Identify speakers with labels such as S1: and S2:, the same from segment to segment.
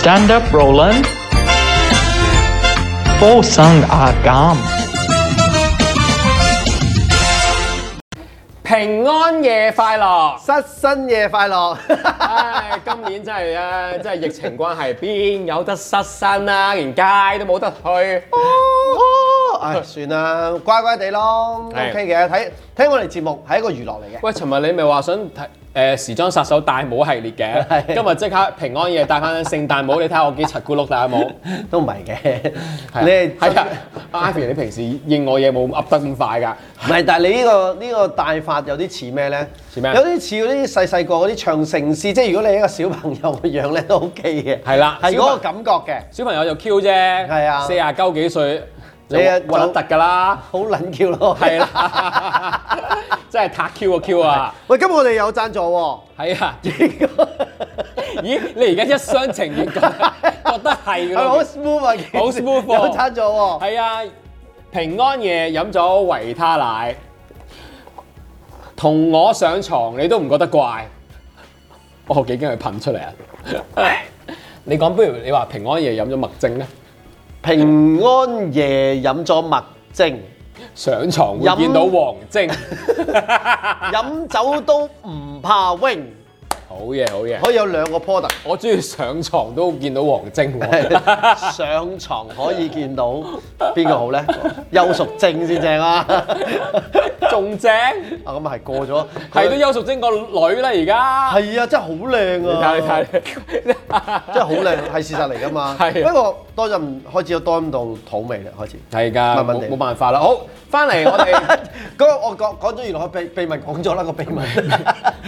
S1: Stand up, Roland。附送阿感。
S2: 平安夜快樂！
S3: 失身夜快樂，
S2: 唉，今年真係啊，真係疫情關係，邊有得失身啊？連街都冇得去。
S3: 唉，哎算啦，乖乖地咯
S2: 哦係
S3: ，OK 嘅。睇聽我哋節目係一個娛樂嚟嘅，
S2: 喂，尋日你咪話想睇誒、時裝殺手戴帽系列嘅，
S3: 係
S2: 今日即刻平安夜戴翻聖誕帽，你睇下我幾柒咕碌戴帽。
S3: 都唔係嘅。
S2: 係啊
S3: 你係
S2: 係啊阿，Ivy 你平時應我嘢冇噏得咁快㗎。
S3: 唔係？但係你呢個呢個戴法有啲似咩咧？
S2: 似咩啊
S3: 有啲似嗰啲細細個嗰啲唱聖詩，即係如果你係一個小朋友嘅樣咧，都 OK 嘅。
S2: 係啦
S3: 係
S2: 小
S3: 嗰
S2: 朋
S3: 個感覺嘅，
S2: 小朋友就 Q 啫，係
S3: 啊
S2: 四廿鳩幾歲，
S3: 你啊
S2: 就核突㗎啦，
S3: 好撚叫咯。
S2: 係啦， 真係塔 Q 啊 Q 啊，
S3: 喂，今日我哋有贊助喎。
S2: 係啊。
S3: 呢個
S2: 咦？你而家一廂情願覺得覺得係㗎
S3: 係咪好
S2: 咯？
S3: smooth 啊？件事
S2: 好 smooth 喎
S3: 有贊助喎。
S2: 係啊！平安夜飲咗維他奶，同我上床你都唔覺得怪，我幾驚佢噴出嚟啊！ 你講不如你話平安夜飲咗麥精咧，
S3: 平安夜飲咗麥精。
S2: 上床會
S3: 飲
S2: 見到黃精，
S3: 飲酒都唔怕 wing，
S2: 好嘢好嘢！
S3: 可以有兩個 product
S2: 我中意上床都見到黃精 喎，
S3: 係上床可以見到邊個好咧？邱淑貞先正啊！ 啊
S2: 仲正
S3: 咁啊係過咗，
S2: 係都邱淑貞個女啦而家。
S3: 係啊，真係好靚
S2: 你
S3: 啊！
S2: 睇你睇
S3: 真係好靚，係事實嚟噶嘛。
S2: 係啊
S3: 不過多陣開始有多到土味啦，開始。
S2: 係㗎，
S3: 慢慢
S2: 冇
S3: 地
S2: 冇辦法啦。好，翻嚟我 哋
S3: 嗰個我講講咗，原來我秘秘密講咗啦個秘密，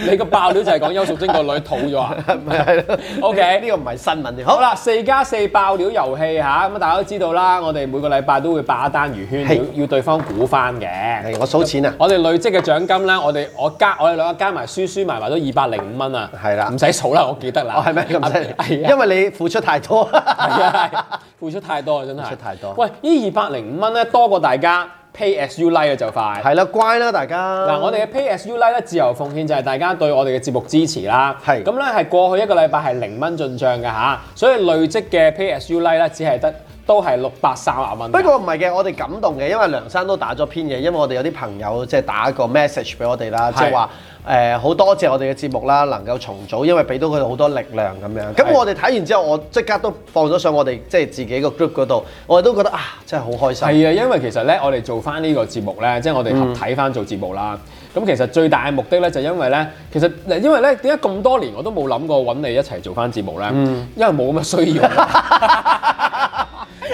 S2: 你個爆料就係講邱淑貞個女肚咗啊！
S3: 唔係係咯
S2: OK
S3: 呢個唔係新聞嚟。
S2: 好
S3: 好啦，
S2: 啦，四加四爆料遊戲嚇，咁大家都知道啦，我哋每個禮拜都會霸一單魚圈，
S3: 係
S2: 要要對方估翻嘅。
S3: 係我數錢啊！
S2: 我哋累積嘅獎金咧，我哋我加我哋兩個加埋輸輸埋埋都二百零五蚊啊！
S3: 係啦
S2: 唔使數啦，我記得啦。
S3: 哦係 咪咁犀利？
S2: 係啊，
S3: 因為你付出太 多。
S2: 係啊，係付出太多啊，真係
S3: 付出太多
S2: 喂，呢二百零五蚊咧多過大家 pay as you like 啊，就快。
S3: 係啦，乖啦，大家。
S2: 嗱，我哋
S3: 嗯
S2: 嘅 PSU Live 咧自由奉獻就係大家對我哋嘅節目支持啦。
S3: 係
S2: 咁咧係過去一個禮拜係零蚊進帳嘅嚇，所以累積嘅 PSU Live 咧只係得都係六百三十蚊。
S3: 不過唔係嘅，我哋感動嘅，因為梁生都打咗篇嘢，因為我哋有啲朋友即係打個 message 俾我哋啦，
S2: 係
S3: 即係話誒好多謝我哋嘅節目啦，能夠重組，因為俾到佢哋好多力量咁樣。咁
S2: 係
S3: 我哋睇完之後，我即刻都放咗上我哋即係自己個 group 嗰度，我哋都覺得啊，真係好開
S2: 係
S3: 心。
S2: 啊，因為其實咧，我哋做翻呢個節目咧，即係我
S3: 嗯
S2: 哋合體翻做節目啦。咁、其實最大嘅目的咧，就因為咧，其實嗱因為咧，點解咁多年我都冇諗過揾你一齊做翻節目咧？
S3: 嗯
S2: 因為冇咁嘅需要。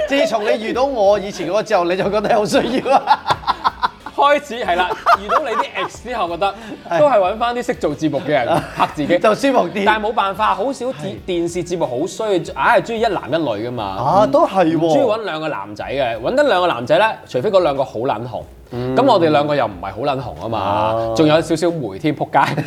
S3: 自從你遇到我以前嗰個之後，你就覺得好需 要啊。
S2: 開始 係啦，遇到你啲 ex 之後，覺得都係揾翻啲識做節目嘅 人拍自己，
S3: 就舒服啲
S2: 但係冇辦法，好少電電視節目好衰，硬係中意一男一女噶嘛。
S3: 啊，都 係
S2: 唔中意
S3: 喎。
S2: 揾兩個男仔嘅，揾得兩個男仔咧，除非嗰兩個好撚紅。
S3: 嗯
S2: 咁、我哋兩個又唔係好撚紅啊嘛，仲、有少少梅添， 撲街。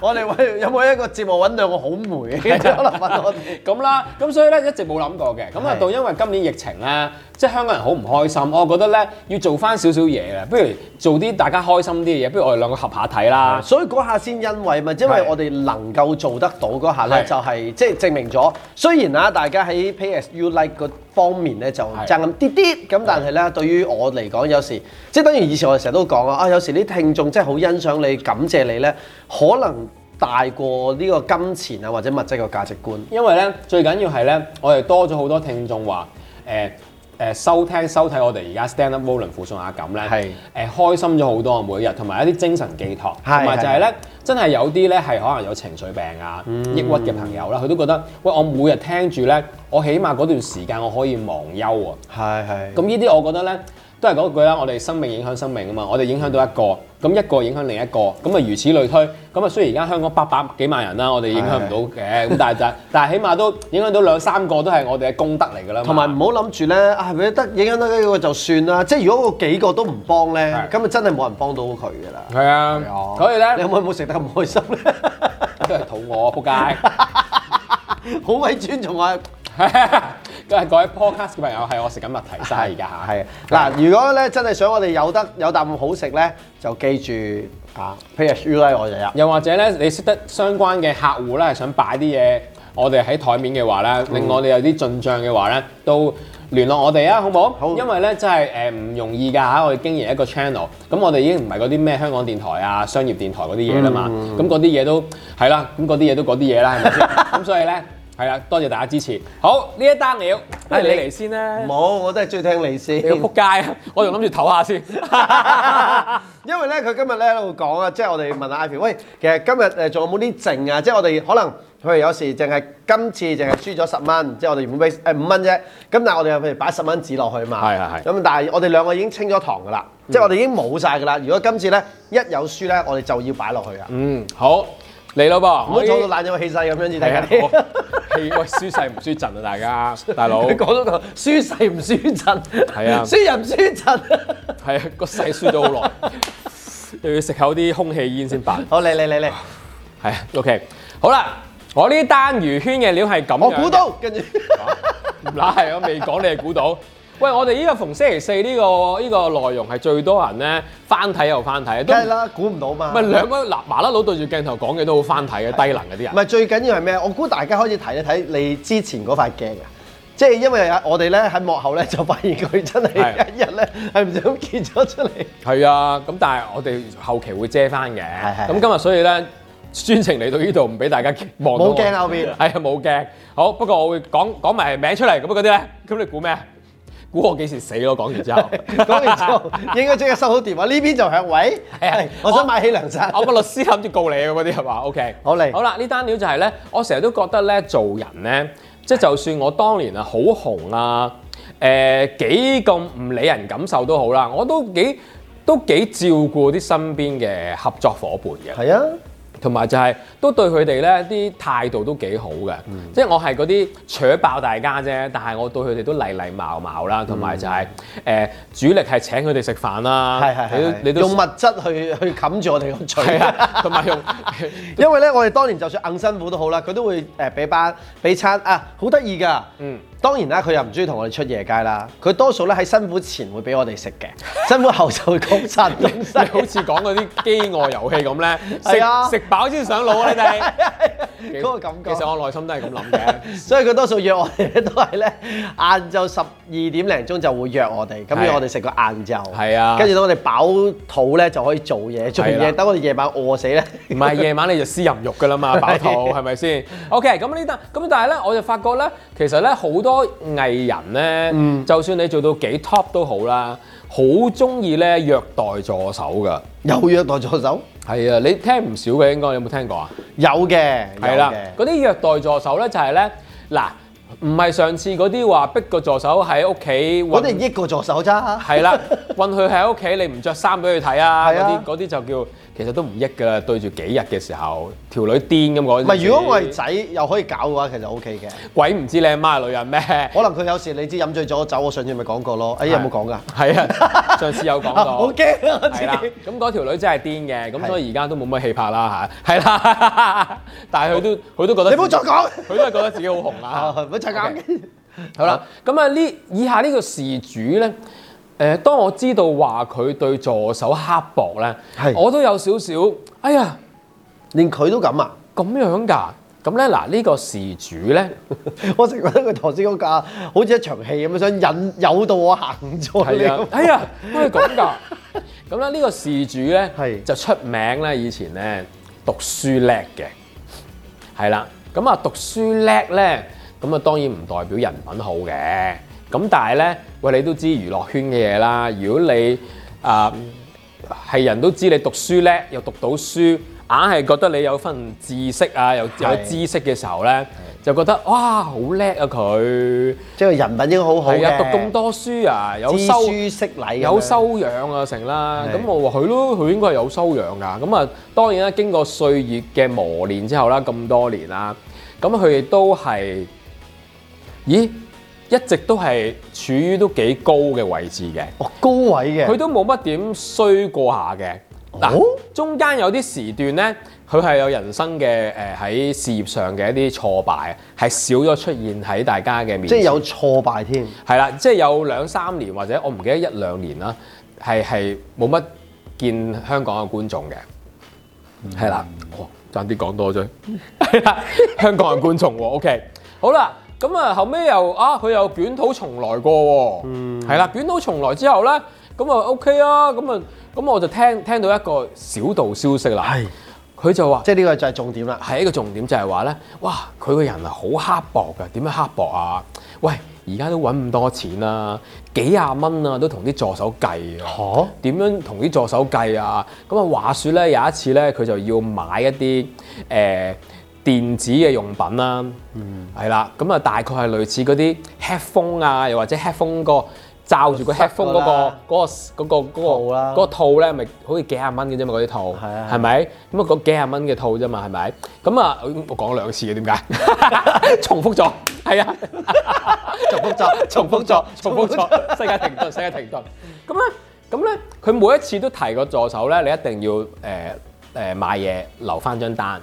S3: 我哋揾有冇一個節目揾兩個好梅嘅，
S2: 啊
S3: 可能揾我哋。
S2: 咁啦，咁所以咧一直冇諗過嘅，咁啊
S3: 係
S2: 到因為今年疫情咧，即係香港人好唔開心，我覺得咧要做翻少少嘢啦，不如做啲大家開心啲嘅嘢，不如我哋兩個合下睇啦。
S3: 啊所以嗰下先欣慰嘛，因為
S2: 係
S3: 我哋能夠做得到嗰下咧，
S2: 係
S3: 就係即係證明咗。雖然啊，大家喺 PSU like 嗰方面咧就爭咁啲啲，咁但係咧對於我嚟講，有時即係等於以前我哋成日都講啊，啊有時啲聽眾真係好欣賞你、感謝你咧，可能大過呢個金錢啊或者物質嘅價值觀。
S2: 因為咧最緊要係咧，我哋多咗好多聽眾話誒誒呃收聽收睇我哋而家 stand up volun 附送下咁咧，
S3: 係
S2: 誒、開心咗好多啊每一日，同埋一啲精神寄託，
S3: 係
S2: 同埋就係咧真係有啲咧係可能有情緒病啊、抑鬱嘅朋友啦，佢都覺得喂我每日聽住咧，我起碼嗰段時間我可以忘憂啊。
S3: 係係。
S2: 咁呢啲我覺得咧，都係嗰句啦，我哋生命影響生命啊嘛，我哋影響到一個，咁一個影響另一個，咁啊如此類推。咁啊雖然而家香港八百幾萬人啦，我哋影響唔到 嘅，咁但係但但係起碼都影響到兩三個都係我哋嘅功德嚟㗎啦嘛。
S3: 同埋唔好諗住咧，啊係咪得影響到一個就算啦。即係如果嗰幾個都唔幫咧
S2: 係，
S3: 咁啊真係冇人幫到佢㗎啦。
S2: 係啊
S3: 係啊，
S2: 所以
S3: 你
S2: 咧
S3: 有冇冇食得咁開心 咧？
S2: 都係肚餓仆街。
S3: 好鬼尊重啊我。
S2: 各位各位 podcast 嘅朋友係我食緊麥提沙而家嚇，
S3: 係嗱，如果咧真係想我哋有得有啖好食咧，就記住啊 PSU 咧，我就入。
S2: 又或者咧，你識得相關嘅客戶咧，係想擺啲嘢我哋喺台面嘅話咧，
S3: 嗯
S2: 令我哋有啲進帳嘅話咧，都聯絡我哋啊，好唔好？
S3: 好
S2: 因為咧真係誒唔容易㗎嚇，我哋經營一個 channel，咁我哋已經唔係嗰啲咩香港電台啊、商業電台嗰啲嘢啦嘛，
S3: 嗯
S2: 咁嗰啲嘢都係啦，咁嗰啲嘢都嗰啲嘢啦，係咪先？ 咁所以咧係啦，多謝大家支持。好，呢一單料，
S3: 哎
S2: 係你嚟先啦。
S3: 冇，我都係最聽你先。
S2: 你個仆街啊！我仲諗住唞下先。
S3: 因為咧，佢今日咧喺度講啊，即係我哋問下 Ivy，喂，其實今日誒仲有冇啲剩啊？即係我哋可能佢有時淨係今次淨係輸咗十蚊，即係我哋原本俾誒五蚊啫。咁但係我哋又譬如擺十蚊紙落去嘛，
S2: 係係係
S3: 咁但係我哋兩個已經清咗堂㗎啦，
S2: 嗯
S3: 即係我哋已經冇晒㗎啦。如果今次咧一有輸咧，我哋就要擺落去啊，
S2: 嗯，好嚟咯噃，
S3: 唔
S2: 唔
S3: 好坐到爛咗個氣勢咁樣至大家
S2: 係
S3: 聽。
S2: 啊，我氣喂輸勢唔輸陣啊，大 家大佬
S3: 佢講咗個輸勢唔輸陣，
S2: 係啊
S3: 輸人唔 輸陣。
S2: 係啊，個勢輸咗好 耐，又要食口啲空氣煙先辦。
S3: 好嚟嚟嚟嚟，
S2: 係啊，OK，好啦，我呢單魚圈嘅料係咁樣嘅
S3: 我估到，跟住
S2: 唔乸係，我未講你係估到。喂，我哋呢個逢星期四呢、個呢、個內容係最多人咧翻睇又翻睇，都
S3: 梗係啦，估唔到嘛。
S2: 咪兩個嗱麻甩佬對住鏡頭講嘅都好翻睇嘅，低能嗰啲人
S3: 唔。係最緊要係咩？我估大家開始睇一睇你之前嗰塊鏡啊，即係因為啊我哋咧喺幕後咧就發現佢真係
S2: 係
S3: 一日咧係唔小心見咗出嚟。
S2: 係啊，咁但係我哋後期會遮翻嘅。
S3: 係
S2: 咁今日所以咧，專程嚟到呢度唔俾大家望到我。
S3: 冇鏡後邊
S2: 係啊，冇鏡。好，不過我會講講埋名出嚟，咁嗰啲咧，咁你估咩？估我幾時死咯？講完 之後，
S3: 講完 之後應該即刻收好電話，呢邊就響位。
S2: 係啊
S3: 係我想買起涼傘。
S2: 我個律師諗住告你啊，嗰啲係嘛？OK，
S3: 好嚟
S2: 好啦，呢單料就係咧，我成日都覺得咧，做人咧，即係就算我當年啊好紅啊，誒、幾咁唔理人感受都好啦，我都幾都幾照顧啲身邊嘅合作伙伴嘅。
S3: 係啊，
S2: 同埋就係、都對佢哋咧啲態度都幾好嘅，
S3: 嗯
S2: 即係我係嗰啲扯爆大家啫，但係我對佢哋都禮禮貌貌
S3: 嗯
S2: 啦，同埋就係、誒、主力係請佢哋食飯啦，
S3: 係係
S2: 你
S3: 係
S2: 都啊你
S3: 係。
S2: 都
S3: 用物質去去冚住我哋個嘴
S2: 係。啊，同 埋用
S3: 因為咧，我哋當年就算硬辛苦都好啦，佢都會誒俾班俾餐啊，好得意㗎。
S2: 嗯，
S3: 當然啦，佢又唔中意同我哋出夜街啦。佢多數咧喺辛苦前會俾我哋食 嘅，辛苦後就會講晒東
S2: 你好
S3: 西。
S2: 似講嗰啲飢餓遊戲咁咧，食
S3: 係啊
S2: 食飽先上腦啊！你哋
S3: 嗰個感覺
S2: 其實我內心都係咁諗嘅。
S3: 所以佢多數約我哋咧都係咧晏晝十二點零鐘就會約我哋，咁
S2: 係
S3: 約我哋食個晏晝。
S2: 係啊
S3: 跟住等我哋飽肚咧就可以做嘢，做
S2: 係啦
S3: 嘢等我哋夜晚餓死咧。
S2: 唔係夜晚你就私淫肉㗎啦嘛，飽肚係咪先？OK，咁呢單咁但係咧，我就發覺咧，其實咧好多藝人咧，就算你做到幾 top 都好啦，好中意咧虐待助手㗎。
S3: 有約代助手？
S2: 係啊，你聽唔少嘅應該，你有冇聽過啊？
S3: 有嘅，有
S2: 係啦
S3: 嘅，
S2: 嗰啲虐待助手咧就係咧嗱，唔係上次嗰啲話逼個助手喺屋企韞，
S3: 我哋益個助手咋。
S2: 係啦， 韞佢喺屋企，你唔着衫俾佢睇啊，
S3: 係
S2: 嗰
S3: 啊
S2: 啲嗰啲就叫其實都唔益㗎啦，對住幾日嘅時候，條女癲咁嗰陣
S3: 唔係，
S2: 時
S3: 如果我係仔又可以搞嘅話，其實 O K 嘅。
S2: 鬼唔知你阿媽係女人咩？
S3: 可能佢有時你知飲醉咗酒，我上次咪講過咯。哎，有冇講㗎？
S2: 係啊，上次有講
S3: 啊 好
S2: 到。
S3: 驚啊！我自
S2: 係啦
S3: 己，
S2: 咁嗰條女真係癲嘅，咁
S3: 係
S2: 所以而家都冇乜氣魄啦嚇，係啦， 但係佢都佢都覺得
S3: 你唔好再講
S2: 佢都係覺得自己好紅
S3: 啊，
S2: 啦。
S3: 唔 好再講
S2: OK。好啦，咁啊呢以下呢個事主咧，誒、當我知道話佢對助手刻薄咧
S3: 係，
S2: 我都有少少，哎呀
S3: 連佢都咁啊！
S2: 咁樣㗎，咁咧嗱呢個事主咧，
S3: 我成日覺得佢頭先嗰架好似一場戲咁樣，想引誘到我行咗你
S2: 係啊
S3: 咁，。
S2: 哎呀，都係 咁㗎。咁咧呢個事主咧
S3: 係
S2: 就出名咧，以前咧讀書叻嘅，係啦。咁啊讀書叻咧，咁啊當然唔代表人品好嘅。咁但係咧，喂你都知娛樂圈嘅嘢啦。如果你啊係、人都知你讀書叻，又讀到書，硬係覺得你有份知識啊，又有
S3: 係
S2: 知識嘅時候咧，就覺得哇好叻啊佢，
S3: 即係人品應該好好
S2: 係啊
S3: 嘅，
S2: 讀咁多書啊，有
S3: 知
S2: 收。
S3: 書識禮咁樣，
S2: 有修養啊，成啦。
S3: 係
S2: 咁我話佢咯，佢應該係有修養噶。咁啊，當然啦，經過歲月嘅磨練之後啦，咁多年啦，咁佢哋都係，咦，一直都係處於都幾高嘅位置嘅。
S3: 哦高位嘅，
S2: 佢都冇乜點衰過下嘅。嗱、
S3: 哦
S2: 中間有啲時段咧，佢係有人生嘅誒喺事業上嘅一啲挫敗，係少咗出現喺大家嘅面前。
S3: 即係有挫敗添。
S2: 係啦，即係有兩三年或者我唔記得一兩年啦，係係冇乜見香港嘅觀眾嘅，係啦、哦爭啲講多啫。係啦，香港人觀眾喎，OK，好啦。咁啊，後尾又啊，佢又捲土重來過喎，係啦、捲土重來之後咧，咁啊 OK 啊，咁啊，咁我就聽聽到一個小道消息啦，佢就話
S3: 即係呢個就係重點啦。
S2: 係一個重點就係話咧，哇！佢個人啊好刻薄㗎，點樣刻薄啊？喂，而家都揾咁多錢啦、幾廿蚊啊都同啲助手計啊！
S3: 嚇
S2: 點樣同啲助手計啊？咁啊話說咧，有一次咧，佢就要買一啲誒、呃、電子嘅用品啦，
S3: 嗯
S2: 係啦、咁啊大概係類似嗰啲 headphone 啊，又或者 headphone 個罩住個
S3: 塞
S2: headphone
S3: 個
S2: 嗰、
S3: 啦
S2: 個嗰、個嗰、個嗰、
S3: 套啦
S2: 個嗰個套咧，咪好似幾廿蚊嘅啫嘛，嗰啲套
S3: 係啊係
S2: 係咪？咁啊嗰幾廿蚊嘅套啫嘛，係咪？咁啊我講兩次嘅點解？ 重複咗，係啊。重複咗
S3: 重複咗，重複咗，，
S2: 重複。咗， 世界停頓，世界停頓。咁咧，咁咧，佢每一次都提個助手咧，你一定要誒誒、呃呃買嘢留翻張單，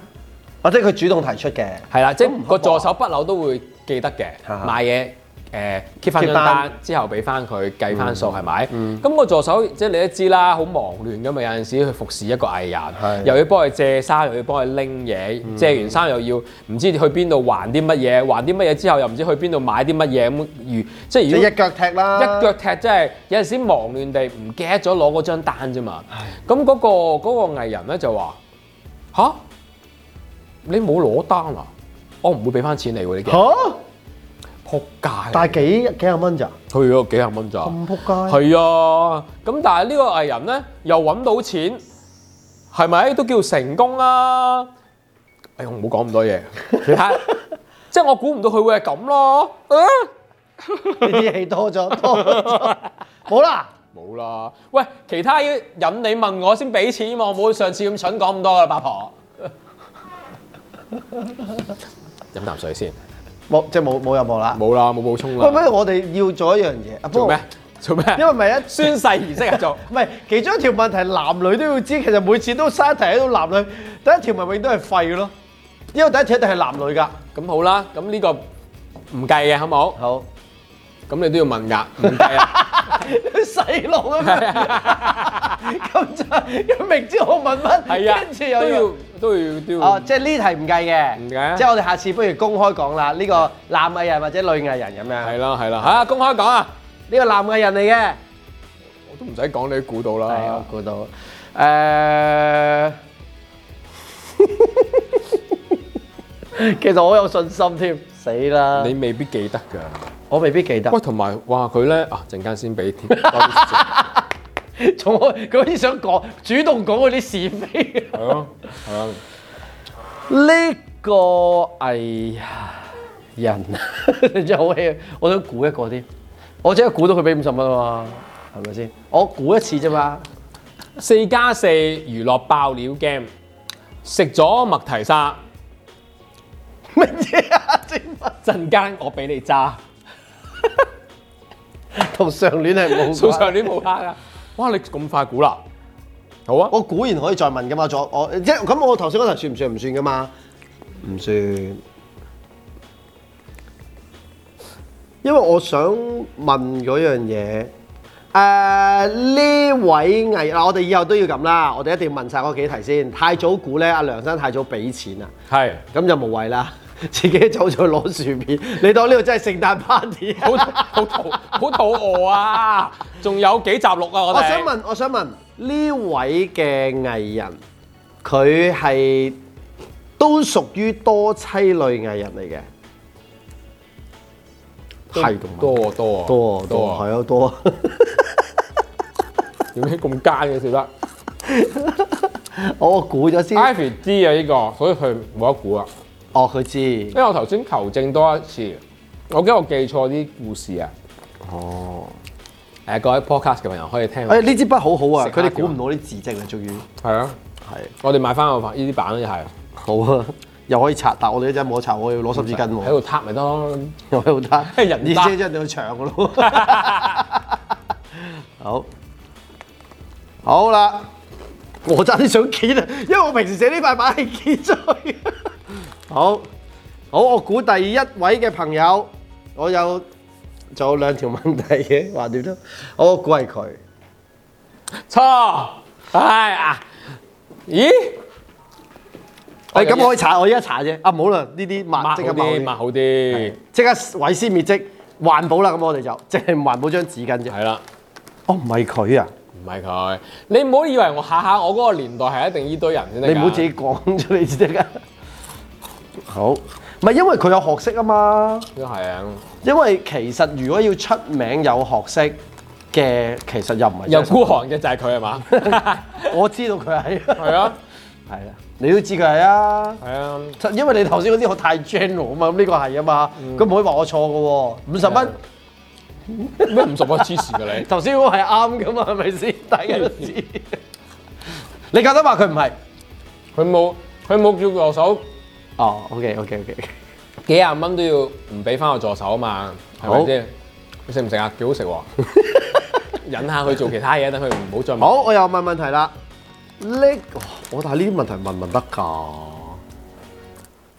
S3: 或者佢主動提出嘅，
S2: 係啦，即
S3: 唔
S2: 係個
S3: 合喎
S2: 助手不嬲都會記得嘅，
S3: 嚇嚇
S2: 買嘢。誒 keep 嗯翻張
S3: keep
S2: 單
S3: 單
S2: 之後俾翻佢計翻數係咪？咁個助手即係你都知啦，好忙亂噶嘛，有陣時去服侍一個藝人，
S3: 係
S2: 又要幫佢借衫，又要幫佢拎嘢，借完衫又要唔知去邊度還啲乜嘢，還啲乜嘢之後又唔知去邊度買啲乜嘢咁，如即係
S3: 即
S2: 如果
S3: 係一腳踢啦，
S2: 一腳踢真係有陣時忙亂地唔記得咗攞嗰張單啫嘛。咁嗰、個嗰、個藝人咧就話：吓，你冇攞單啊？我唔會俾翻錢你喎，呢件
S3: 嚇，
S2: 撲街，
S3: 但係幾幾 廿蚊咋？
S2: 去咗幾廿蚊咋？
S3: 咁仆街，
S2: 係啊，咁但係呢個藝人咧又揾到錢，係咪都叫成功啦？哎呀，我唔好講咁多 嘢，你睇，即係我估唔到佢會係咁咯。啊
S3: 呢啲戲多咗多咗，冇啦。
S2: 冇啦，喂，其他要引你問我先俾錢嘛，我冇上次咁蠢講咁多啦，八婆。 飲啖水先。
S3: 冇即係冇冇任務啦。
S2: 冇啦，冇補充
S3: 喂，不
S2: 啦。
S3: 如我哋要做一樣嘢啊？不過
S2: 做咩？？做咩？
S3: 因為咪一
S2: 宣誓儀式啊，做。
S3: 唔係其中一條問題，男女都要知。其實每次都嘥題喺度男女，第一條咪永遠都係廢嘅咯。因為第一條一定係男女㗎。
S2: 咁好啦，咁呢個唔計嘅，好冇？
S3: 好，
S2: 咁你都要問㗎，唔計啊。
S3: 細 路啊
S2: 係
S3: 嘛，
S2: 啊
S3: 咁就咁明知我問乜，
S2: 係啊
S3: 跟，住
S2: 都
S3: 又
S2: 要都要都要。
S3: 哦，即係呢題唔計嘅，
S2: 唔計啊
S3: 即係我哋下次不如公開講啦，呢、個男藝人或者女藝人咁樣。
S2: 係啦係啦，嚇公開講啊！
S3: 呢個男藝人嚟嘅，
S2: 我都唔使講，你都估到
S3: 係、哎我
S2: 啦。
S3: 估到。誒、呃 其實我有信心添，死啦！
S2: 你未必記得㗎。
S3: 我未必記得
S2: 喂，。同埋哇，佢咧啊，陣間先俾貼多啲時間
S3: 從我佢好似想講，主動講嗰啲是非。
S2: 係咯，係啊，
S3: 呢個藝人啊 真係好氣，我想估一個添，我即係估到佢俾五十蚊啊嘛，係咪先？我估一次啫 嘛，
S2: 四加四娛樂爆料 game，食咗麥提沙，
S3: 乜嘢啊？正文
S2: 陣間我俾你揸，
S3: 同上戀係 冇
S2: 數
S3: 關
S2: 上年冇啊蝦噶。哇！你咁快估啦？好啊，
S3: 我估完可以再問噶嘛，再我即係咁，我頭先嗰題算唔算唔算噶嘛？唔算，因為我想問嗰樣嘢。誒呢、位藝嗱，我哋以後都要咁啦，我哋一定要問晒嗰幾題先。太早估咧，阿梁生太早俾錢啦，
S2: 係
S3: 咁就無謂啦，自己走咗去攞薯片。你當呢度真係聖誕 party 啊
S2: 好好肚好肚餓啊！仲有幾集錄啊？我
S3: 我想
S2: 哋
S3: 問，我想問呢位嘅藝人，佢係都屬於多妻類藝人嚟嘅，係咁
S2: 多啊多啊
S3: 多啊多啊，係啊多啊。
S2: 點解咁奸嘅笑得
S3: 我估咗先，
S2: ？Ivy 知啊呢個，所以佢冇得估啊。
S3: 哦佢知
S2: 因，為我頭先求證多一次，我驚我記錯啲故事啊。哦，誒各位 podcast 嘅朋友可以聽我。
S3: 誒呢支筆好好啊，
S2: 食下
S3: 佢
S2: 條
S3: 哋估唔到啲字跡啊，終於
S2: 係啊，
S3: 係
S2: 我哋買翻個版呢啲版咧係。
S3: 好啊，又可以擦，但我哋一陣冇得擦，我要攞濕紙巾
S2: 喺
S3: 喎，
S2: 度撻咪得咯。
S3: 又喺度擦，
S2: 人
S3: 而
S2: 渣
S3: 且真係要長噶咯。 好，好啦，我爭啲想揭啊，因為我平時寫呢塊板係揭咗嘅。 好，好，我估第一位嘅朋友，我有仲有兩條問題嘅，話點都，我估係佢。
S2: 哎錯，唉啊，咦？
S3: 喂，咁我可以查，我依家查啫。啊，唔好啦，呢啲抹
S2: 抹
S3: 即
S2: 好
S3: 刻抹好
S2: 啲，抹
S3: 啲，
S2: 好啲，
S3: 即刻毀屍滅跡，環保啦。咁我哋就淨係唔環保張紙巾啫。
S2: 係啦。
S3: 哦，唔係佢啊，
S2: 唔係佢，你唔好以為我下下我嗰個年代係一定呢堆人先得㗎
S3: 你唔好自己講出嚟先得㗎。好，唔係因為佢有學識啊嘛。
S2: 都係啊，
S3: 因為其實如果要出名有學識嘅，其實又唔係
S2: 又
S3: 真係
S2: 孤寒嘅就係佢係嘛？ 係
S3: 我知道佢係，
S2: 啊，
S3: 係啦，你都知佢係啊。
S2: 係啊，
S3: 因為你頭先嗰啲我太 general 啊嘛，咁呢個係啊嘛，佢唔可以話我錯嘅喎，五十蚊
S2: 嗯係啊咩唔熟我黐線㗎你？
S3: 頭先嗰個係啱嘅嘛，係咪先？大家都 知。你夠膽話佢唔係？
S2: 佢冇佢冇叫助手
S3: 哦，OK OK OK，
S2: 幾廿蚊都要唔俾翻個助手啊嘛，係咪先？你食唔食啊？幾好食 喎！引下佢做其他嘢，等佢唔好再問
S3: 好，我又問問題啦。呢哇我但係呢啲問題問唔問得㗎？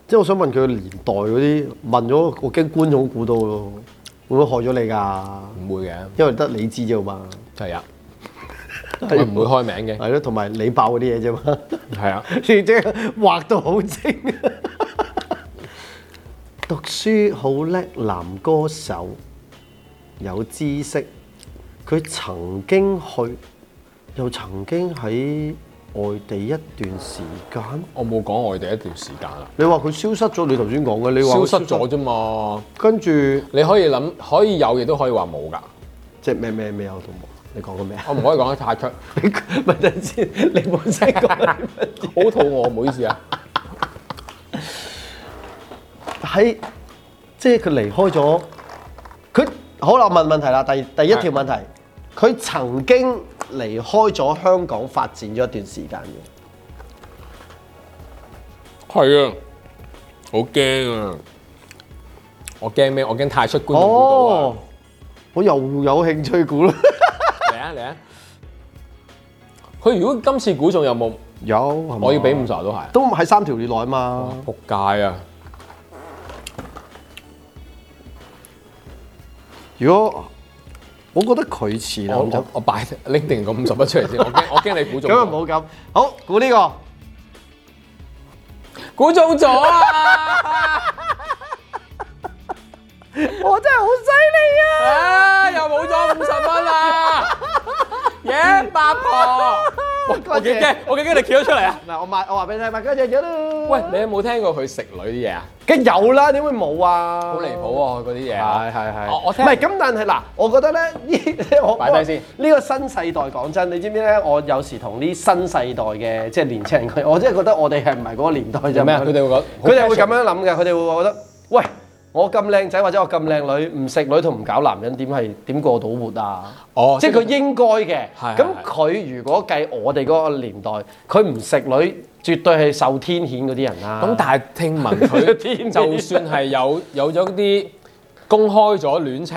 S3: 即係我想問佢年代嗰啲，問咗我驚觀眾估到咯，會唔會害咗你㗎？
S2: 唔會嘅，
S3: 因為得你知啫嘛，
S2: 係啊，佢唔會開名嘅，
S3: 係咯，同埋你爆嗰啲嘢啫嘛，
S2: 係啊，
S3: 即 係畫到好精。 讀書好叻男歌手，有知識，佢曾經去，又曾經喺外地一段時間。
S2: 我冇講外地一段時間啦，
S3: 你話佢消失咗，你頭先講嘅，你話
S2: 消
S3: 佢
S2: 失咗，啫嘛。
S3: 跟住
S2: 你可以諗，可以有，亦都可以話冇㗎。
S3: 即係咩咩咩有都冇，你講過咩啊？
S2: 我唔可以講得太出，
S3: 咪等先，你冇識講
S2: 好肚餓，唔好意思啊。
S3: 喺即係佢離開咗，佢好啦，我問問題啦，第第一條問題，佢曾經離開咗香港發展咗一段時間嘅，
S4: 係啊，好驚啊！
S2: 我驚咩？我驚太出觀
S3: 哦
S2: 眾估到啊！，
S3: 我又有興趣估啦，
S2: 嚟啊嚟啊！佢如果今次估中有冇？
S3: 有，係嘛
S2: 我要俾五十都係。
S3: 都喺三條以內啊嘛，
S2: 仆街啊！
S3: 如果我覺得佢似啦，
S2: 我我我擺拎定個五十蚊出嚟先，我驚我驚你估中。
S3: 咁又冇咁，好估呢、個。
S2: 估中咗啊！
S3: 我真係好犀利啊！
S2: 啊！又冇咗五十蚊啦！耶，八婆！我我幾驚，我幾驚你撬咗出嚟啊！
S3: 嗱，我買，我話俾你聽，買嗰只嘢啦。
S2: 喂，你有冇聽過佢食女啲嘢啊？
S3: 梗有啦，點會冇啊？
S2: 好離譜！啊！佢嗰啲嘢。
S3: 係係係，
S2: 我我聽
S3: 唔係咁，但係嗱，我覺得咧，呢 我
S2: 擺低先
S3: 呢個新世代講真，你知唔知咧？我有時同啲新世代嘅即係年青人講，我真係覺得我哋係唔係嗰個年代就
S2: 有咩啊？佢哋會講，
S3: 佢哋會咁樣諗嘅，佢哋會覺得，喂，我咁靚仔或者我咁靚女，唔食女同唔搞男人，點係點過到活啊？
S2: 哦，
S3: 即係
S2: 係
S3: 佢應該嘅。
S2: 係
S3: 咁
S2: 係
S3: 佢如果計我哋嗰個年代，佢唔食女，絕對係受天譴嗰啲人啦。
S2: 咁，但係聽聞
S3: 天
S2: 佢
S3: 氣
S2: 就算係有有咗啲公開咗戀情，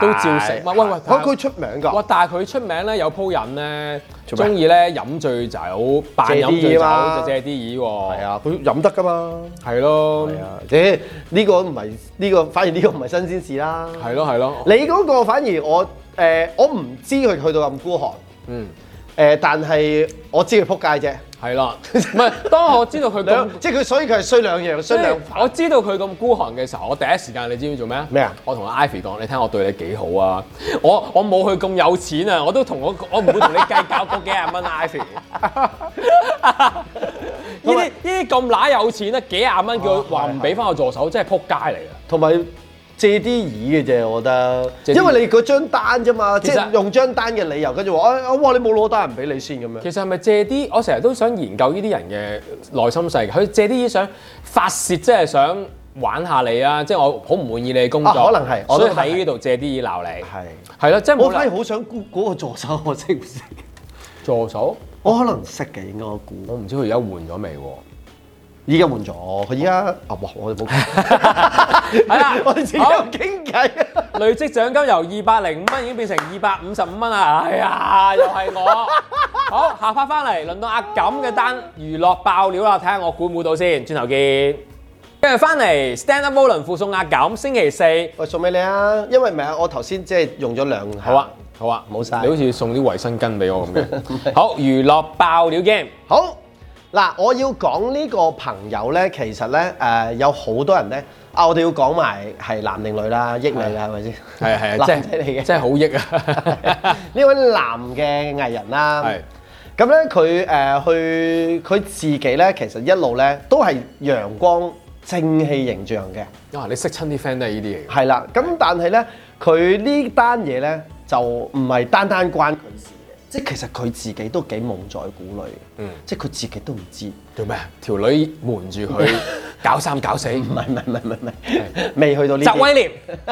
S2: 都照食。喂喂喂，
S3: 佢佢出名
S2: 哇！
S3: 㗎，
S2: 但係佢出名咧，有鋪人咧，
S3: 做咩
S2: 中意咧飲醉酒，扮
S3: 借啲
S2: 飲醉酒
S3: 嘢嘛
S2: 就借啲嘢喎。
S3: 係，啊，佢飲得㗎嘛。
S2: 哦係咯，
S3: 係啊，誒呢個唔係呢個，反而呢個唔係新鮮事啦。
S2: 係咯，係咯。
S3: 你嗰個反而我誒、我唔知佢去到咁孤寒。
S2: 嗯，
S3: 誒、但係我知佢撲街啫。
S2: 係啦。唔係，當我知道佢咁
S3: 兩，即係佢，所以佢係衰兩樣，
S2: 即
S3: 衰兩
S2: 係我知道佢咁孤寒嘅時候，我第一時間你知唔知做咩？
S3: 咩啊
S2: 我同阿 Ivy 講，你聽我對你幾好啊！我我冇佢咁有錢啊！我都同我我唔會同你計較嗰幾廿蚊啊，Ivy。呢啊啲呢啲咁乸有錢咧，幾廿蚊叫佢話唔俾翻我助手，哦真係撲街嚟啊！
S3: 同埋借啲意嘅啫，我覺得。
S2: 借啲
S3: 因為你嗰張單啫嘛，即
S2: 其實
S3: 係用張單嘅理由，跟住話啊哇，你冇攞單唔俾你先咁樣。
S2: 其實係咪借啲？我成日都想研究呢啲人嘅內心世界。佢借啲嘢想發泄，即係想玩下你啊！即係我好唔滿意你嘅工作，
S3: 啊可能係我
S2: 所
S3: 都
S2: 以
S3: 覺得係
S2: 喺呢度借啲嘢鬧你，
S3: 係，
S2: 係咯，即係
S3: 我
S2: 冇
S3: 反而
S2: 理由
S3: 好想估嗰個助手我識唔識？
S2: 助手。
S3: 我可能識嘅，應該我估。
S2: 我唔知佢而家換咗 未喎？
S3: 依家換咗，佢依家啊哇！我哋冇
S2: 哦 係啦
S3: 講， 我哋自己有
S2: 好
S3: 傾偈啊！
S2: 累積獎金由二百零五蚊已經變成二百五十五蚊啦！哎呀，又係 我。好，下 part 翻嚟，輪到阿錦嘅單娛樂爆料啦，睇下我估唔估到先。轉頭見。跟住翻嚟，Stand Up Volun 附送阿錦，星期四。
S3: 喂，送俾你啊！因為唔係啊，我頭先即係用咗兩下。
S2: 好啊，好啊，
S3: 冇晒
S2: 你好似送啲衞生巾俾我咁嘅。好，娛樂爆料 game，
S3: 好嗱，我要講呢個朋友咧，其實咧誒、有好多人咧啊，我哋要講埋係男定女啦，益你啦，係咪先？
S2: 係 係
S3: 男
S2: 係，
S3: 仔嚟
S2: 即係
S3: 嘅
S2: 即係好益啊！
S3: 呢位男嘅藝人啦，
S2: 係
S3: 咁咧佢誒去佢自己咧，其實一路咧都係陽光正氣形象嘅，
S2: 啊，你識親啲 friend 都係呢啲嚟嘅。
S3: 係啦。咁但係咧，佢呢單嘢咧就唔係單單關佢事嘅，即係其實佢自己都幾蒙在鼓裏嘅，
S2: 嗯
S3: 即係佢自己都唔知。
S2: 做咩？條女瞞住佢，搞三搞四。
S3: 唔係唔係唔係唔係 唔係，未去到呢啲。
S2: 澤威廉，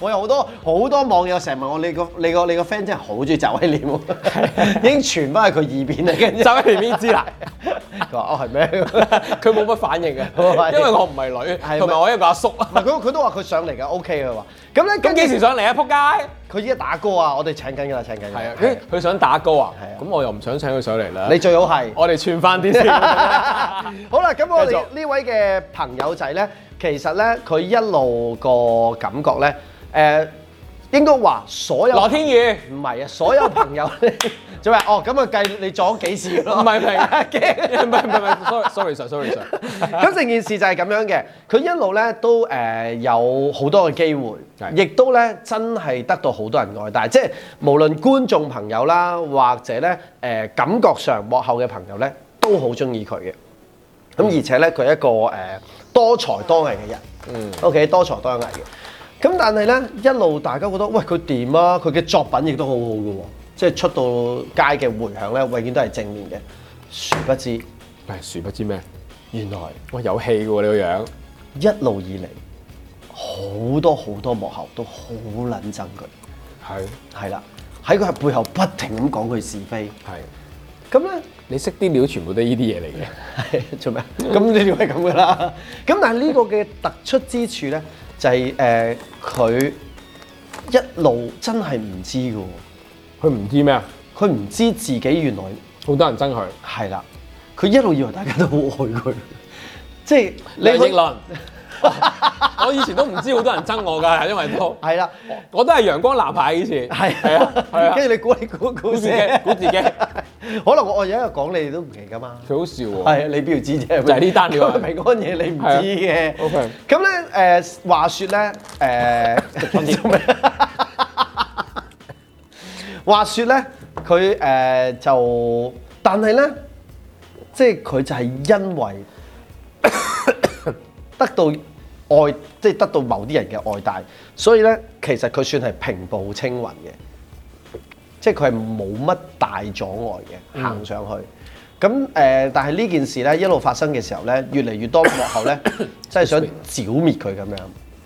S3: 我有好多好多網友成日問我你個你個你個 friend 真係好中意澤威廉喎， 已經傳翻去佢耳邊啦。跟住
S2: 澤威廉呢支啦，
S3: 佢話哦係咩？
S2: 佢冇乜反應嘅，
S3: 係
S2: 因為我唔係女，
S3: 係
S2: 同埋我一個阿叔。
S3: 唔係佢佢都話佢上嚟嘅 OK 嘅話，咁咧
S2: 咁
S3: 跟
S2: 幾
S3: 住
S2: 時上嚟啊？撲街！
S3: 佢依家打歌啊，我哋請緊㗎啦，請緊㗎啦。
S2: 係啊，佢佢想打歌啊
S3: 係啊，
S2: 咁我又唔想請佢上嚟啦。
S3: 你最好係。
S2: 我哋串翻啲先。
S3: 好啦，咁我
S2: 繼
S3: 哋
S2: 續
S3: 呢位嘅朋友仔咧，其實咧佢一路個感覺咧，誒、應該話所有
S2: 羅天宇。
S3: 唔係啊，所有朋友 咧就話哦，咁啊計你撞咗幾次咯？
S2: 唔係唔係
S3: 驚
S2: 唔係唔係唔係，sorry sorry sir sorry sir，
S3: 咁成件事就係咁樣嘅，佢一路咧都誒、有好多嘅機會，
S2: 係
S3: 亦都咧真係得到好多人愛戴，即係無論觀眾朋友啦，或者咧誒、感覺上幕後嘅朋友咧，都好中意佢嘅。咁而且咧，佢係一個誒、多才多藝嘅人，嗯，OK 多才多藝嘅。咁但係咧，一路大家覺得喂佢掂啊，佢嘅作品亦都好好嘅喎，即係出到街嘅迴響咧，永遠都係正面嘅。殊不知，
S2: 唉，殊不知咩？
S3: 原來〜
S2: 哇，有氣嘅喎你個樣，
S3: 一路以嚟好多好多幕後都好撚憎佢，
S2: 係
S3: 係啦，喺佢背後不停咁講佢是非，
S2: 係，
S3: 咁咧
S2: 你識啲料全部都係呢啲嘢嚟嘅。
S3: 係做咩啊？ 咁你哋係咁噶啦，咁但係呢個嘅突出之處咧，就係誒佢一路真係唔知嘅喎，
S2: 佢唔知咩啊？
S3: 佢唔知自己原來
S2: 好多人憎佢。
S3: 係啦，佢一路以為大家都好愛佢，即係
S2: 梁
S3: 去
S2: 奕倫， 我以前都唔知好多人憎我㗎，因為 都
S3: 係啦，
S2: 我都係陽光男派以前。
S3: 係
S2: 係啊係啊
S3: 跟，住你估你估
S2: 估
S3: 估
S2: 自己
S3: 先。
S2: 估自己，
S3: 可能我我有一日講你哋都唔奇噶嘛。
S2: 佢好笑喎。
S3: 係啊，你邊度知啫？
S2: 就係呢單料啊
S3: 平安嘢你唔知嘅
S2: 係啊。，OK
S3: 咁咧誒話説咧誒做咩？ 話説咧佢誒就，但係咧即係佢就係因為 得到愛，即係得到某啲人嘅愛戴，所以咧其實佢算係平步青雲嘅。即係佢係冇乜大阻礙嘅行上去。咁誒、呃但係呢件事咧一路發生嘅時候咧，越嚟越多幕後咧，真係想剿滅佢咁樣。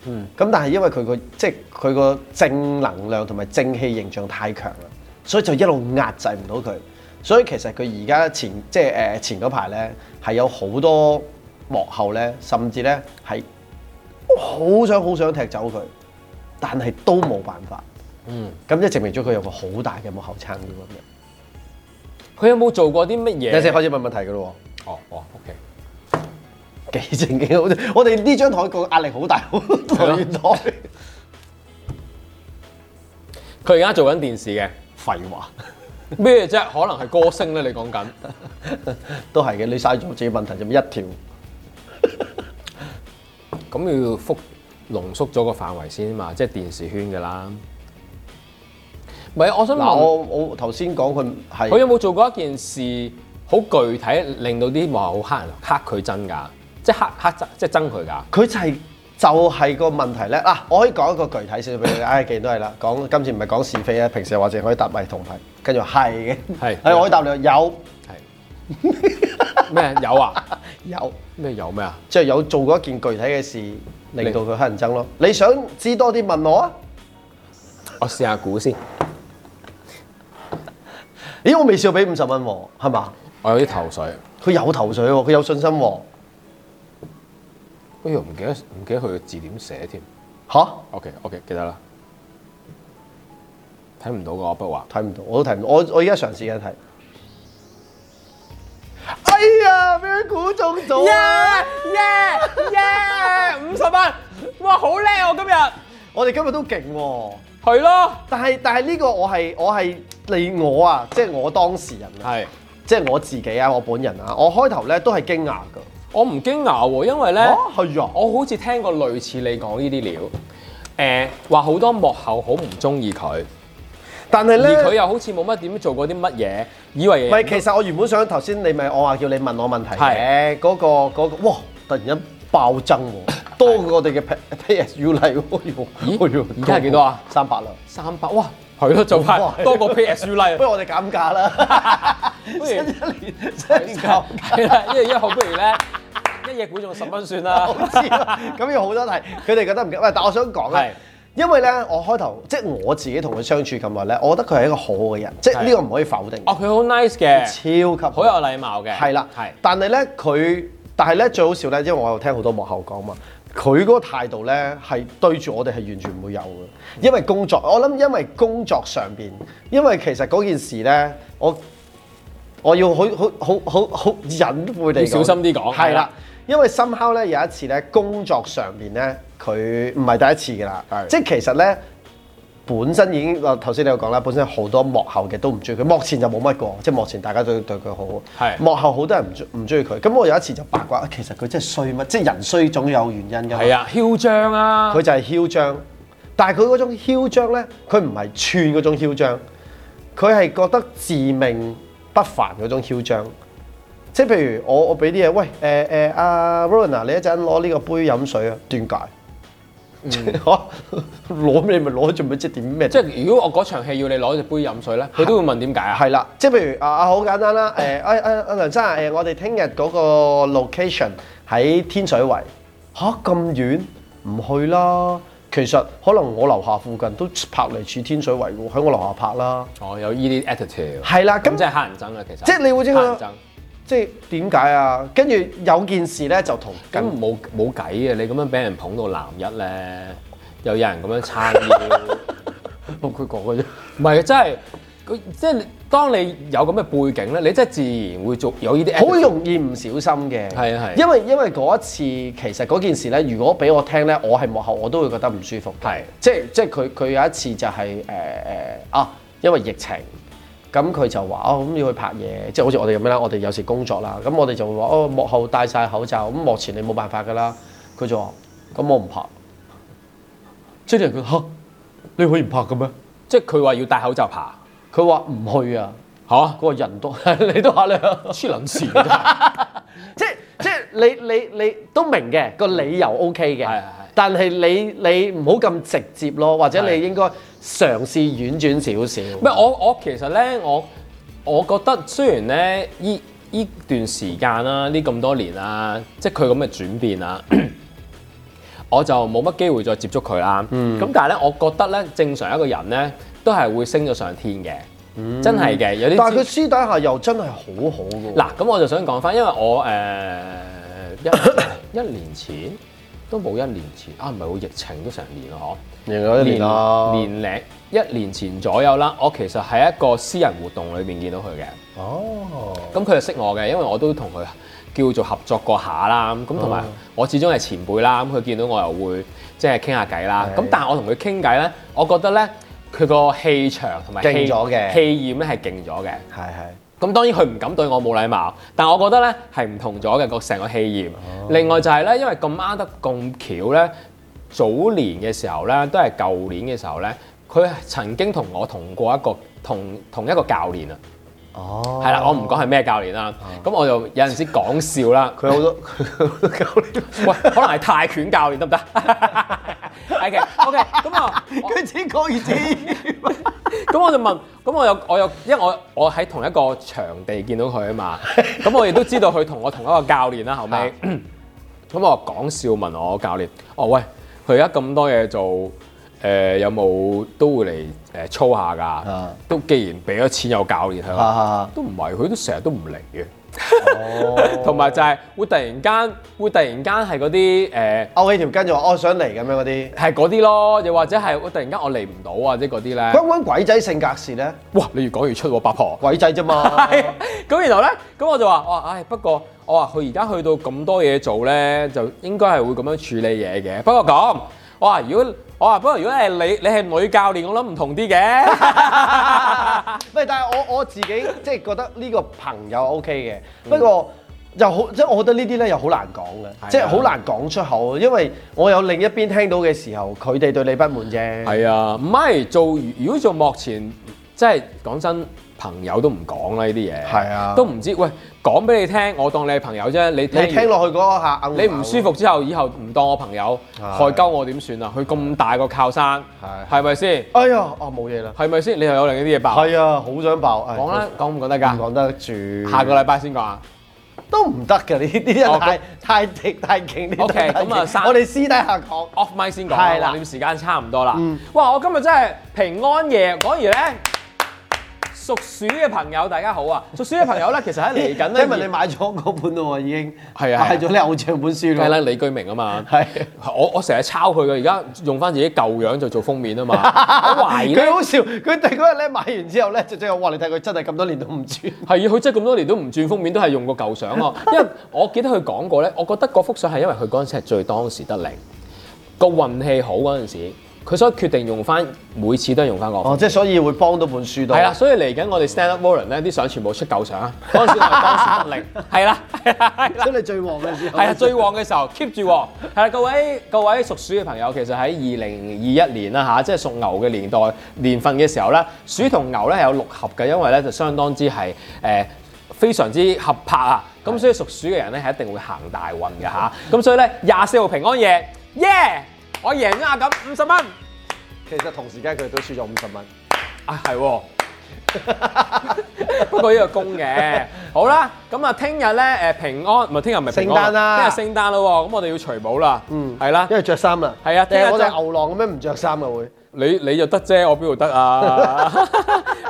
S3: 嗯。咁但係因為佢個即係佢個正能量同埋正氣形象太強啦，所以就一路壓制唔到佢。所以其實佢而家前即係誒、呃前嗰排咧係有好多幕後咧，甚至咧係好想好想踢走佢，但係都冇辦法。
S2: 嗯
S3: 咁即係證明咗佢有個好大嘅幕後撐腰咁
S2: 佢有冇做過啲乜
S3: 樣。有
S2: 嘢？
S3: 陣開始問問題㗎咯
S2: 哦哦，OK。
S3: 喎，幾正經。我哋我哋呢張台個壓力好大，好擂台。
S2: 佢而家做緊電視嘅
S3: 廢話
S2: 咩啫？可能係歌星咧，你講緊。
S3: 都係嘅，你嘥咗自己問題就咪一條。
S2: 咁要覆濃縮咗個範圍先嘛，即係電視圈㗎啦。唔係，我想
S3: 嗱，
S2: 問
S3: 我我頭先講佢
S2: 佢有
S3: 係
S2: 冇做過一件事好具體，令到啲幕後黑人黑佢真㗎，即係黑黑真即係憎佢㗎。
S3: 佢就係、就係、個問題咧。嗱、我可以講一個具體少少 俾你。唉、既然都係啦，講今次唔係講是非啊，平時話淨可以答迷同題，跟住話係嘅，
S2: 係
S3: 係我可以答你話有
S2: 係咩有啊？
S3: 有，
S2: 咩 有咩啊？
S3: 即係有做過一件具體嘅事，令到佢乞人憎咯。你想知多啲問我啊？
S2: 我試下估先，
S3: 咦，我未試過俾五十蚊喎，係嘛？
S2: 我有啲頭水。
S3: 佢有頭水喎，佢有信心喎，
S2: 哎呀，唔記得唔記得佢嘅字點寫添。
S3: 吓？
S2: OK OK，記得啦。睇唔到個筆畫。
S3: 睇唔到，我都睇唔到，我我而家嘗試緊睇。哎呀，俾佢估中咗啊！
S2: 耶耶，五十蚊，哇，好叻啊我今日，
S3: 我哋今日都勁喎，
S2: 係咯，
S3: 但係但係呢個我係我係你我啊，即係我當事人啊，
S2: 係
S3: 即係我自己啊，我本人啊，我開頭咧都係驚訝㗎。
S2: 我唔驚訝喎，因為咧。
S3: 啊，係啊，
S2: 我好似聽過類似你講呢啲料，誒話好多幕後好唔中意佢，
S3: 但係
S2: 而
S3: 咧，
S2: 佢又好似冇乜點做過啲乜嘢，以為
S3: 唔係，其實我原本想頭先你咪我話叫你問我問題嘅，
S2: 係
S3: 嗰、個嗰、個，哇！突然間爆增喎，多過我哋嘅 PSU 嚟喎，
S2: 咦
S3: 哎呦
S2: 而家係幾多啊？
S3: 三百啦，
S2: 三百哇，係咯，就
S3: 哇
S2: 快多過 PSU
S3: 不
S2: 啦，
S3: 如我哋減價 啦，
S2: 不如
S3: 新一年新一年減
S2: 係啦，一月一號不如咧一夜估中十蚊算啦，
S3: 好知啦，咁有好多題，佢哋覺得唔緊，喂，但我想講咧
S2: 係。
S3: 因為咧，我開頭即係我自己同佢相處咁耐咧，我覺得佢係一個好好嘅人，即係呢個唔可以否定，
S2: 哦佢好 nice 嘅，
S3: 超級好
S2: 好有禮貌嘅，
S3: 係啦，
S2: 係
S3: 但係咧佢，但係咧最好笑咧，因為我有聽好多幕後講嘛，佢嗰個態度咧係對住我哋係完全唔會有嘅，因為工作，我諗因為工作上邊，因為其實嗰件事咧，我我要好好好好好隱晦地
S2: 要小心啲講係
S3: 係啦
S2: 啦。
S3: 因為 somehow 咧有一次咧工作上面咧佢唔係第一次㗎啦，
S2: 係
S3: 即係其實咧本身已經我頭先你有講啦，本身好多幕後嘅都唔中意佢，幕前就冇乜過，即係幕前大家都對佢好好，
S2: 係
S3: 幕後好多人唔中唔中意佢。咁我有一次就八卦，啊其實佢真係衰乜，即係人衰總有原因㗎嘛。
S2: 係啊，囂張啊
S3: 佢，就係囂張，但係佢嗰種囂張咧，佢唔係串嗰種囂張，佢係覺得自命不凡嗰種囂張。即係譬如我我俾啲嘢，喂誒誒阿 Rowan 啊，你一陣攞呢個杯飲水啊，點解？
S2: 嗯
S3: 嚇 攞咩咪攞，做咩即係點咩？
S2: 即係如果我嗰場戲要你攞只杯飲水咧，佢都會問點解啊？
S3: 係啦，即係譬如啊啊好簡單 啦，誒啊啊啊梁生啊，誒我哋聽日嗰個 location 喺天水圍，吓咁遠唔去啦。其實可能我樓下附近都拍嚟似天水圍喎，喺我樓下拍啦。
S2: 哦，有呢啲 attitude，
S3: 係啦，
S2: 咁即
S3: 咁即係
S2: 係黑人憎啦，啊其實
S3: 即係你會知
S2: 黑
S3: 佢
S2: 人憎。
S3: 即係點解啊？跟住有件事咧就同
S2: 咁
S3: 緊
S2: 冇冇計嘅，你咁樣俾人捧到男一咧，又有人咁樣撐 腰，
S3: 佢講嘅啫。
S2: 唔係真係，佢即係你當你有咁嘅背景咧，你真係自然會做有呢啲 attitude。
S3: 好容易唔小心嘅，
S2: 係啊係
S3: 因為因為嗰一次其實嗰件事咧，如果俾我聽咧，我係幕後我都會覺得唔舒服嘅。
S2: 係
S3: 即係即係佢佢有一次就係誒誒啊，因為疫情。咁佢就話哦，咁要去拍嘢，即係好似我哋咁樣啦。我哋有時工作啦，咁我哋就會話哦，幕後戴晒口罩，咁幕前你冇辦法噶啦。佢就話：咁我唔拍。即係啲人佢嚇，你可以唔拍嘅咩？
S2: 即係佢話要戴口罩爬，
S3: 佢話唔去啊。
S2: 嚇
S3: 嗰個人都 你都嚇你啊！
S2: 黐撚線㗎真係，
S3: 即即你你你都明嘅個理由 O K
S2: 係係
S3: 嘅
S2: 係，
S3: 但係你你唔好咁直接咯，或者
S2: 係
S3: 你應該嘗試婉轉少少。
S2: 唔係我我其實咧，我我覺得雖然咧依依段時間啦，呢咁多年啦，即係佢咁嘅轉變啦， 我就冇乜機會再接觸佢啦。咁、
S3: 嗯
S2: 但係咧，我覺得咧，正常一個人咧都係會升咗上天嘅，真係嘅。有啲
S3: 嗯但係
S2: 知
S3: 佢私底下又真係好好嘅喎。
S2: 嗱，咁我就想講翻，因為我誒、呃一一年前都冇一年前啊，唔係好疫情都成年啦，嗬。
S3: 贏咗一年啦，
S2: 年零一年前左右啦，我其實喺一個私人活動裏面見到佢嘅，
S3: 哦，
S2: 咁佢就識我嘅，因為我都同佢叫做合作過下啦，咁同埋
S3: 嗯
S2: 我始終係前輩啦，咁佢見到我又會即係傾下偈啦，
S3: 係
S2: 咁但係我同佢傾偈咧，我覺得咧佢個氣場同埋氣
S3: 勁咗嘅
S2: 氣焰咧係勁咗嘅。
S3: 係係。
S2: 咁當然佢唔敢對我冇禮貌，但我覺得咧係唔同咗嘅個成個氣焰。另外就係咧，因為咁啱得咁巧咧，早年嘅時候咧，都係舊年嘅時候咧，佢曾經同我同過一個同同一個教練啊，
S3: 哦，
S2: 係啦，我唔講係咩教練啦，咁我就有陣時講笑啦。
S3: 佢好多佢好多教練，
S2: 喂，可能係泰拳教練得唔得？OK OK，咁啊，我
S3: 佢只講而止。
S2: 咁我就問，咁我有我有，因為我我喺同一個場地見到佢啊嘛，咁我亦都知道佢同我同一個教練啦，後尾， 咁我講笑問我教練，哦喂，佢而家咁多嘢做，誒、有冇都會嚟誒、操下㗎？都既然俾咗錢有教練，佢話
S3: 啊，
S2: 都唔係，佢都成日都唔嚟嘅，同埋、就係會突然間會突然間係嗰啲誒。
S3: 勾起條筋就話我想嚟咁樣嗰啲，
S2: 係嗰啲咯，又或者係我突然間我嚟唔到啊，即係嗰啲咧。
S3: 關唔關鬼仔性格事咧？
S2: 哇！你越講越出喎，八婆。
S3: 鬼仔啫嘛。
S2: 係啊咁然後咧，咁我就話：我話唉，不過我話佢而家去到咁多嘢做咧，就應該係會咁樣處理嘢嘅。不過咁，我話如果我話不過如果係你你係女教練，我諗唔同啲嘅。
S3: 喂，但係我我自己即係覺得呢個朋友 OK 嘅，不過又好即係我覺得呢啲咧又好難講嘅，即係好難講出口，因為我有另一邊聽到嘅時候，佢哋對你不滿啫。
S2: 係啊，唔係做如果做幕前，即係講真，朋友都唔講啦呢啲嘢。
S3: 係啊
S2: 都唔知喂講俾你聽，我當你係朋友啫。你
S3: 你
S2: 聽
S3: 聽
S2: 完
S3: 落去嗰下，硬
S2: 你唔舒服之後，以後唔當我朋友，
S3: 係
S2: 害鳩我點算啊？佢咁大個靠山，
S3: 係
S2: 係咪先？
S3: 哎呀，啊冇嘢啦，
S2: 係咪先？你又有另一啲嘢爆。
S3: 係啊，好想爆，唉
S2: 講啦，講唔講得
S3: 都唔
S2: 㗎？
S3: 講得住，
S2: 下個禮拜先講啊。
S3: 都唔得㗎，呢啲
S2: 哦
S3: 人太太極太勁呢啲
S2: OK，
S3: 太勁
S2: 咁啊三
S3: 我哋私底下講，
S2: off mic 先講啦，
S3: 係
S2: 橫
S3: 啦
S2: 掂時間差唔多啦。哇！我今日真係平安夜，講完咧，屬鼠嘅朋友大家好啊！屬鼠嘅朋友咧，其實喺嚟緊咧，
S3: 因為你買咗嗰本咯喎，已經
S2: 係啊係啊
S3: 買咗你偶像本書
S2: 梗係
S3: 咯，
S2: 啦，李居明啊嘛。
S3: 係。
S2: 我我成日抄佢嘅，而家用翻自己舊樣就做封面啊 嘛。我懷疑咧
S3: 哎佢，好笑，佢第嗰日咧買完之後咧，就即係哇！你睇佢真係咁多年都唔轉，
S2: 係啊佢真係咁多年都唔轉封面，都係用個舊相 啊。因為我記得佢講過咧，我覺得嗰幅相係因為佢嗰陣時係最當時得令，個運氣好嗰陣時，佢所以決定用翻每次都係用翻嗰個
S3: 哦，即係所以會幫到本書都
S2: 係啦，啊所以嚟緊我哋 stand up Warren 咧啲相全部出舊相啊！ 嗰陣時我哋當時不力， 係啦，係啦，係 啦
S3: 所以你最旺嘅時候，
S2: 係啊，最旺嘅時候 keep 住旺。係啦，各位各位屬鼠嘅朋友，其實喺二零二一年啦吓，即係屬牛嘅年代年份嘅時候咧，鼠同牛咧係有六合嘅，因為咧就相當之係誒、呃非常之合拍啊！咁所以屬鼠嘅人咧係一定會行大運嘅吓，咁所以咧廿四號平安夜，耶、我贏咗阿錦五十蚊
S3: 其實同時間佢都輸咗五十蚊。
S2: 啊，係 喎。不過呢個公嘅，好啦，咁啊，聽日咧誒平安，唔係聽日唔係平安
S3: 聖誕啦
S2: 聽日聖誕啦喎，咁我哋要除帽啦，嗯，係啦
S3: 因，為着衫啦，
S2: 係啊聽日
S3: 誒我
S2: 就
S3: 哋牛郎咁樣唔着衫嘅會，
S2: 你你就得啫，我邊度得啊？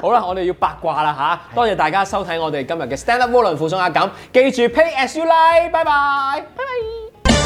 S2: 好啦，我哋要八卦啦吓，多謝大家收睇我哋今日嘅 Stand Up w o l l a n 附送阿錦，記住 Pay as you like，拜拜。